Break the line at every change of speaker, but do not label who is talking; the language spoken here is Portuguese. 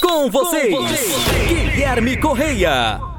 Com vocês, Guilherme Correia.